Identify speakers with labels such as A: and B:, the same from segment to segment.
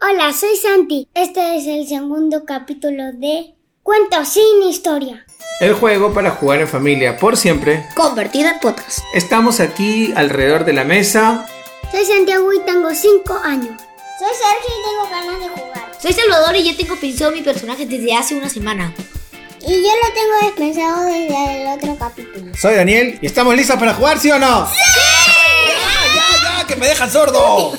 A: Hola, soy Santi. Este es el segundo capítulo de Cuentos sin historia.
B: El juego para jugar en familia por siempre.
C: Convertido en podcast.
B: Estamos aquí alrededor de la mesa.
A: Soy Santiago y tengo 5 años.
D: Soy Sergio y tengo ganas de jugar.
E: Soy Salvador y yo tengo pensado mi personaje desde hace una semana.
D: Y yo lo tengo pensado desde el otro capítulo.
F: Soy Daniel y estamos listos para jugar, ¿sí o no? ¡Sí! ¡Ya, ya, ya! ¡Que me dejan sordo!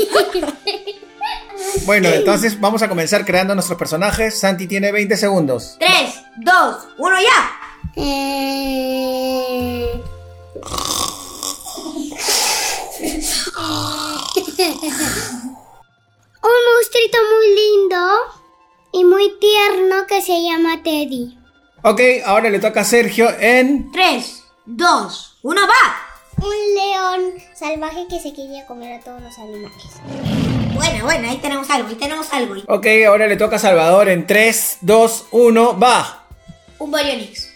F: bueno, entonces vamos a comenzar creando nuestros personajes. Santi tiene 20 segundos.
E: 3, 2, 1, ya.
D: Eh...
A: Un monstruito muy lindo y muy tierno que se llama Teddy.
F: Ok, ahora le toca a Sergio en...
E: 3, 2, 1, va.
D: Un león salvaje que se quería comer a todos los animales.
E: Buena, buena, ahí tenemos algo, ahí tenemos algo.
F: Ok, ahora le toca a Salvador en 3, 2, 1, va.
E: Un Baryonyx.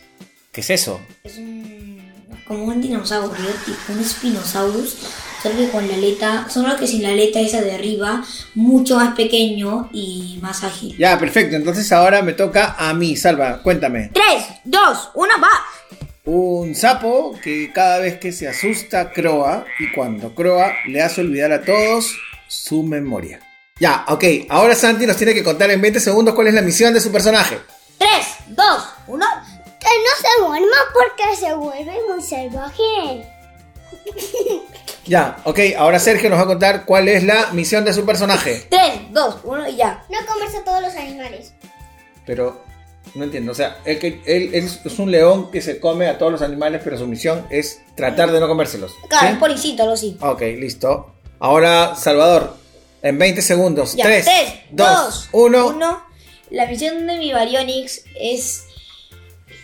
F: ¿Qué es eso?
E: Es un... como un dinosaurio, tipo un Spinosaurus, solo que con la aleta, solo que sin la aleta esa de arriba, mucho más pequeño y más ágil.
F: Ya, perfecto. Entonces ahora me toca a mí, Salva. Cuéntame.
E: 3, 2, 1, va.
F: Un sapo que cada vez que se asusta croa y cuando croa le hace olvidar a todos su memoria. Ya, ok. Ahora Santi nos tiene que contar en 20 segundos cuál es la misión de su personaje.
E: 3, 2, 1.
D: Que no se duerma porque se vuelve muy salvaje.
F: Ya, ok. Ahora Sergio nos va a contar cuál es la misión de su personaje.
E: 3, 2, 1 y ya.
D: No comerse a todos los animales.
F: Pero no entiendo. O sea, él, que- él- él es un león que se come a todos los animales, pero su misión es tratar de no comérselos.
E: Claro,
F: ¿sí?
E: es por instinto, lo sí.
F: Ok, listo. Ahora, Salvador, en 20 segundos.
E: Ya,
F: 3, 2, 1.
E: uno. La misión de mi Baryonyx es.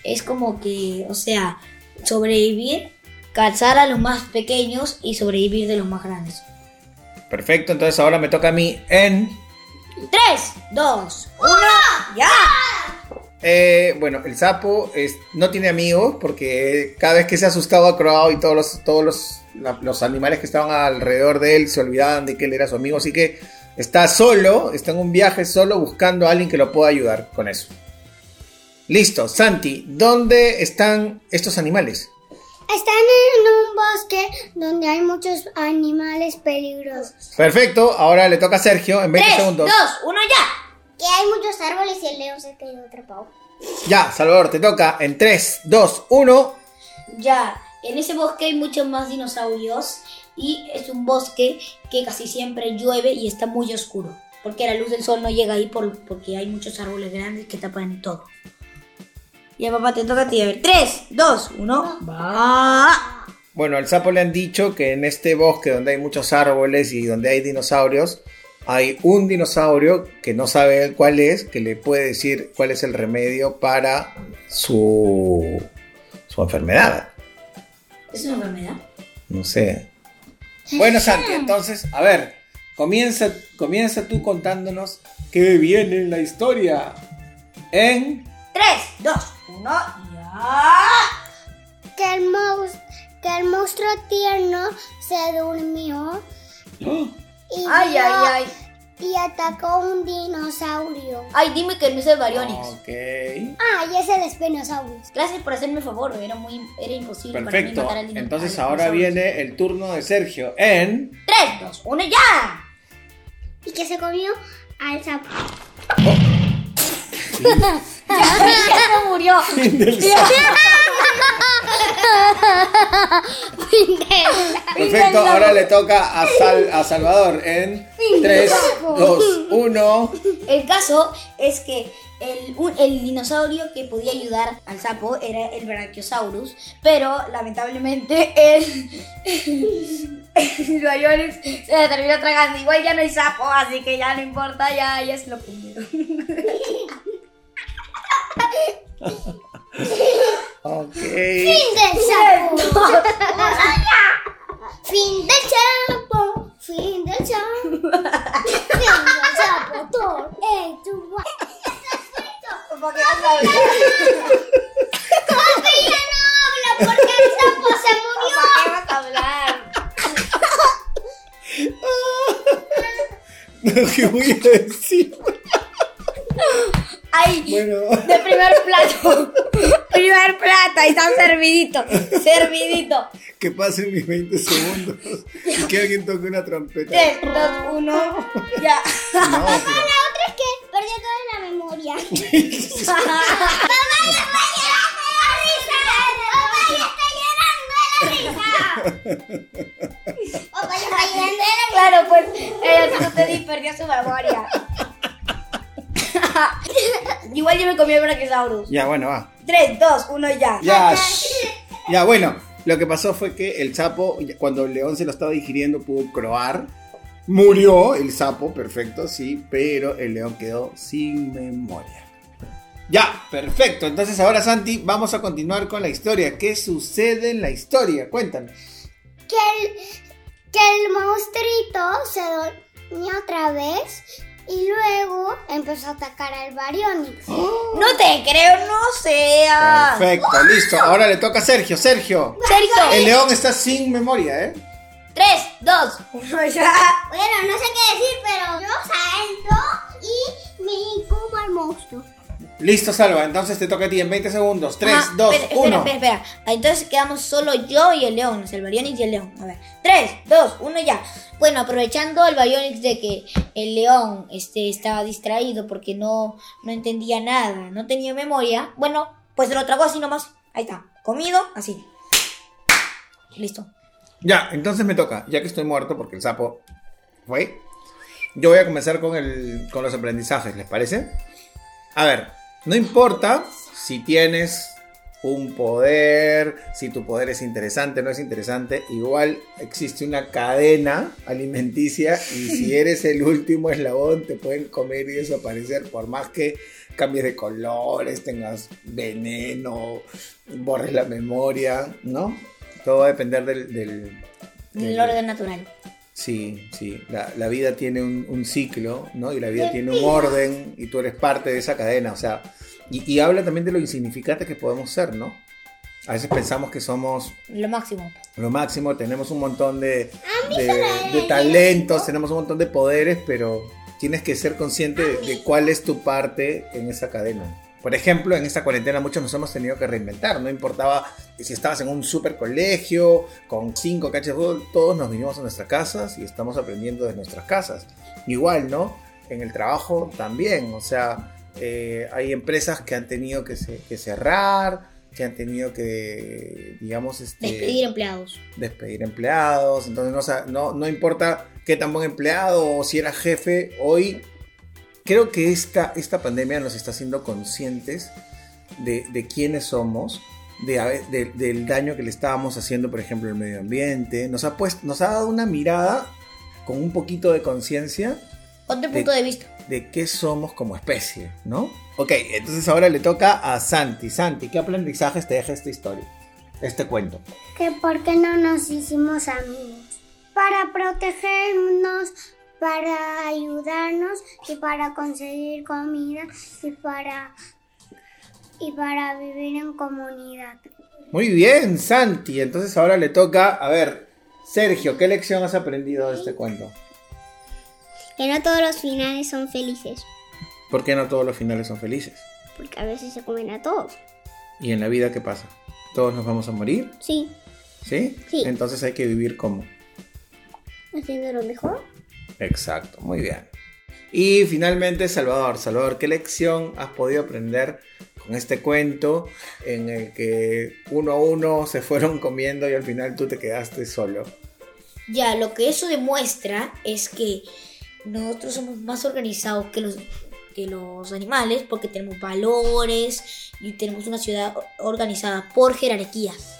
E: Es como que, o sea, sobrevivir, cazar a los más pequeños y sobrevivir de los más grandes.
F: Perfecto, entonces ahora me toca a mí en...
E: 3, 2, 1, ya.
F: eh, bueno, el sapo es- no tiene amigos porque cada vez que se ha asustado ha croado y todos los, todos los, la- los animales que estaban alrededor de él se olvidaban de que él era su amigo, así que está solo, está en un viaje solo buscando a alguien que lo pueda ayudar con eso. Listo, Santi, ¿dónde están estos animales?
A: Están en un bosque donde hay muchos animales peligrosos.
F: Perfecto, ahora le toca a Sergio en 20
E: 3, 2, 1,
F: segundos.
E: ya.
D: Que hay muchos árboles y el león se quedó atrapado.
F: Ya, Salvador, te toca en 3, 2, 1.
E: Ya, en ese bosque hay muchos más dinosaurios y es un bosque que casi siempre llueve y está muy oscuro. Porque la luz del sol no llega ahí por, porque hay muchos árboles grandes que tapan todo. Ya papá, te toca a ti. A ver, 3, 2, 1, va.
F: Bueno, al sapo le han dicho que en este bosque donde hay muchos árboles y donde hay dinosaurios, hay un dinosaurio que no sabe él cuál es, que le puede decir cuál es el remedio para su, su enfermedad.
E: ¿Es una enfermedad?
F: No sé. Bueno, Santi, entonces, a ver, comienza, comienza tú contándonos qué viene en la historia. En...
E: 3, 2, 1, ya.
A: Que el, mous- que el monstruo tierno se durmió y,
E: Ay,
A: vio-
E: ay, ay.
A: y atacó un dinosaurio.
E: Ay, dime que no es el Baryonyx.
F: Ok.
A: Ah, y es el espinosaurus.
E: Gracias por hacerme el favor, era muy era imposible para mí
F: Perfecto.
E: matar al dino-
F: Entonces
E: al
F: ahora
E: dinosaurio.
F: viene el turno de Sergio en...
E: 3, 2, 1, ya.
A: y que se comió al sapo.
E: Ya se murió.
F: Perfecto, ahora le toca a, Sal- a Salvador en 3, 2, 1.
E: El caso es que el, un- el dinosaurio que podía ayudar al sapo era el Brachiosaurus, pero lamentablemente el, el Baryonyx se la terminó tragando. Igual ya no hay sapo, así que ya no importa, ya, ya se lo comieron.
F: Ok.
A: Fin del sapo. fin del sapo. Fin del sapo. Fin del sapo. Todo es igual.
E: Porque, o sea,
A: Papi ya no habla porque el sapo se murió.
E: ¿para qué vas a hablar?
F: ¿Qué voy a decir? así.
E: ¡Ay!
F: Bueno.
E: De primer plato. primer plato. Ahí están serviditos. Servidito.
F: Que pasen mis 20 segundos y que alguien toque una trompeta.
E: 3, 2, 1. Ya.
F: No, pero-
D: es que perdió toda la memoria.
E: claro, pues el chico Teddy perdió su memoria. Igual yo me comí el Brachiosaurus.
F: Ya, bueno, va.
E: 3, 2, 1, ya.
F: Ya, shh. ya, bueno. Lo que pasó fue que el sapo, cuando el león se lo estaba digiriendo, pudo croar. Murió el sapo, perfecto, sí, pero el león quedó sin memoria. Ya, perfecto. Entonces ahora, Santi, vamos a continuar con la historia. ¿Qué sucede en la historia? Cuéntanos.
D: que el, que el monstruito se dormía otra vez y luego empezó a atacar al Baryonyx.
E: No te creo, no seas.
F: Perfecto, listo. Ahora le toca a Sergio. Sergio, el
E: Sergio.
F: león está sin memoria, ¿eh?
E: 3, 2, 1, ya.
D: Bueno, no sé qué decir, pero yo salto y me como al monstruo.
F: Listo, Salva. Entonces te toca a ti en 20 segundos. 3,
E: Ajá,
F: 2,
E: Ah, espera,
F: 1.
E: espera, Espera, espera. Ah, Entonces quedamos solo yo y el león, el Baryonyx y el león. A ver, 3, 2, 1 ya. Bueno, aprovechando el Baryonyx de que el león este, estaba distraído porque no, no entendía nada, no tenía memoria, bueno, pues lo tragó así nomás. Ahí está, comido, así. Listo.
F: Ya, entonces me toca. Ya que estoy muerto porque el sapo fue. Yo voy a comenzar con, el, con los aprendizajes, ¿les parece? A ver, no importa si tienes un poder, si tu poder es interesante, no es interesante, igual existe una cadena alimenticia y si eres el último eslabón te pueden comer y desaparecer por más que cambies de colores, tengas veneno, borres la memoria, ¿no? Todo va a depender del... del- del-
E: El orden natural.
F: Sí, sí. La, la vida tiene un, un ciclo, ¿no? Y la vida tiene un orden y tú eres parte de esa cadena, o sea. Y, y habla también de lo insignificante que podemos ser, ¿no? A veces pensamos que somos
E: Lo máximo.
F: lo máximo, tenemos un montón de, de, de talentos, tenemos un montón de poderes, pero tienes que ser consciente de, de cuál es tu parte en esa cadena. Por ejemplo, en esta cuarentena muchos nos hemos tenido que reinventar, no importaba si estabas en un super colegio, con cinco cachas de fútbol, todos nos vinimos a nuestras casas y estamos aprendiendo de nuestras casas. Igual, ¿no? En el trabajo también, o sea, eh, hay empresas que han tenido que, ce- que cerrar, que han tenido que, digamos, este,
E: Despedir empleados.
F: despedir empleados, entonces no, sa- no, no importa qué tan buen empleado o si era jefe, hoy creo que esta, esta pandemia nos está haciendo conscientes de, de quiénes somos, de, a ve- de- del daño que le estábamos haciendo, por ejemplo, al medio ambiente, nos ha, puesto, nos ha dado una mirada con un poquito de conciencia
E: Otro
F: De-
E: punto de vista.
F: de qué somos como especie, ¿no? Ok, entonces ahora le toca a Santi. Santi, ¿qué aprendizajes te deja esta historia? Este cuento.
D: Que por qué no nos hicimos amigos. Para protegernos, para ayudarnos y para conseguir comida y para y para vivir en comunidad.
F: Muy bien, Santi. Entonces ahora le toca, a ver, Sergio, ¿qué lección has aprendido de este cuento?
D: Que no todos los finales son felices,
F: ¿Por qué no todos los finales son felices?
D: porque a veces se comen a todos.
F: ¿Y en la vida qué pasa? ¿Todos nos vamos a morir?
D: Sí,
F: ¿Sí?
D: Sí.
F: Entonces hay que vivir como.
D: haciendo lo mejor.
F: Exacto, muy bien. Y finalmente, Salvador, Salvador, ¿qué lección has podido aprender con este cuento en el que uno a uno se fueron comiendo y al final tú te quedaste solo?
E: Ya, lo que eso demuestra es que nosotros somos más organizados que los, que los animales porque tenemos valores y tenemos una ciudad o- organizada por jerarquías.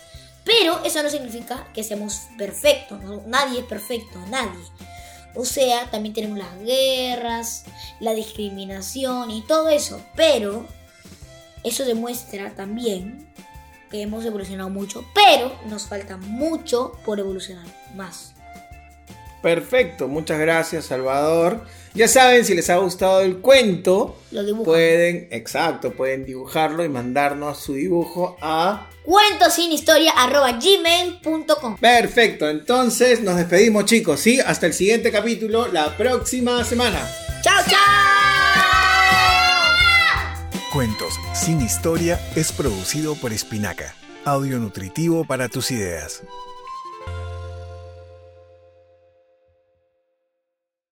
E: Pero eso no significa que seamos perfectos, ¿no? nadie es perfecto, nadie. O sea, también tenemos las guerras, la discriminación y todo eso. Pero eso demuestra también que hemos evolucionado mucho, pero nos falta mucho por evolucionar más.
F: Perfecto, muchas gracias, Salvador. Ya saben, si les ha gustado el cuento,
E: Lo dibujo.
F: Pueden, exacto, pueden dibujarlo y mandarnos su dibujo a...
E: cuentosinhistoria.gmail.com
F: Perfecto, entonces nos despedimos chicos, ¿sí? Hasta el siguiente capítulo, la próxima semana.
E: ¡Chao, chao!
F: cuentos sin historia es producido por Espinaca. Audio nutritivo para tus ideas.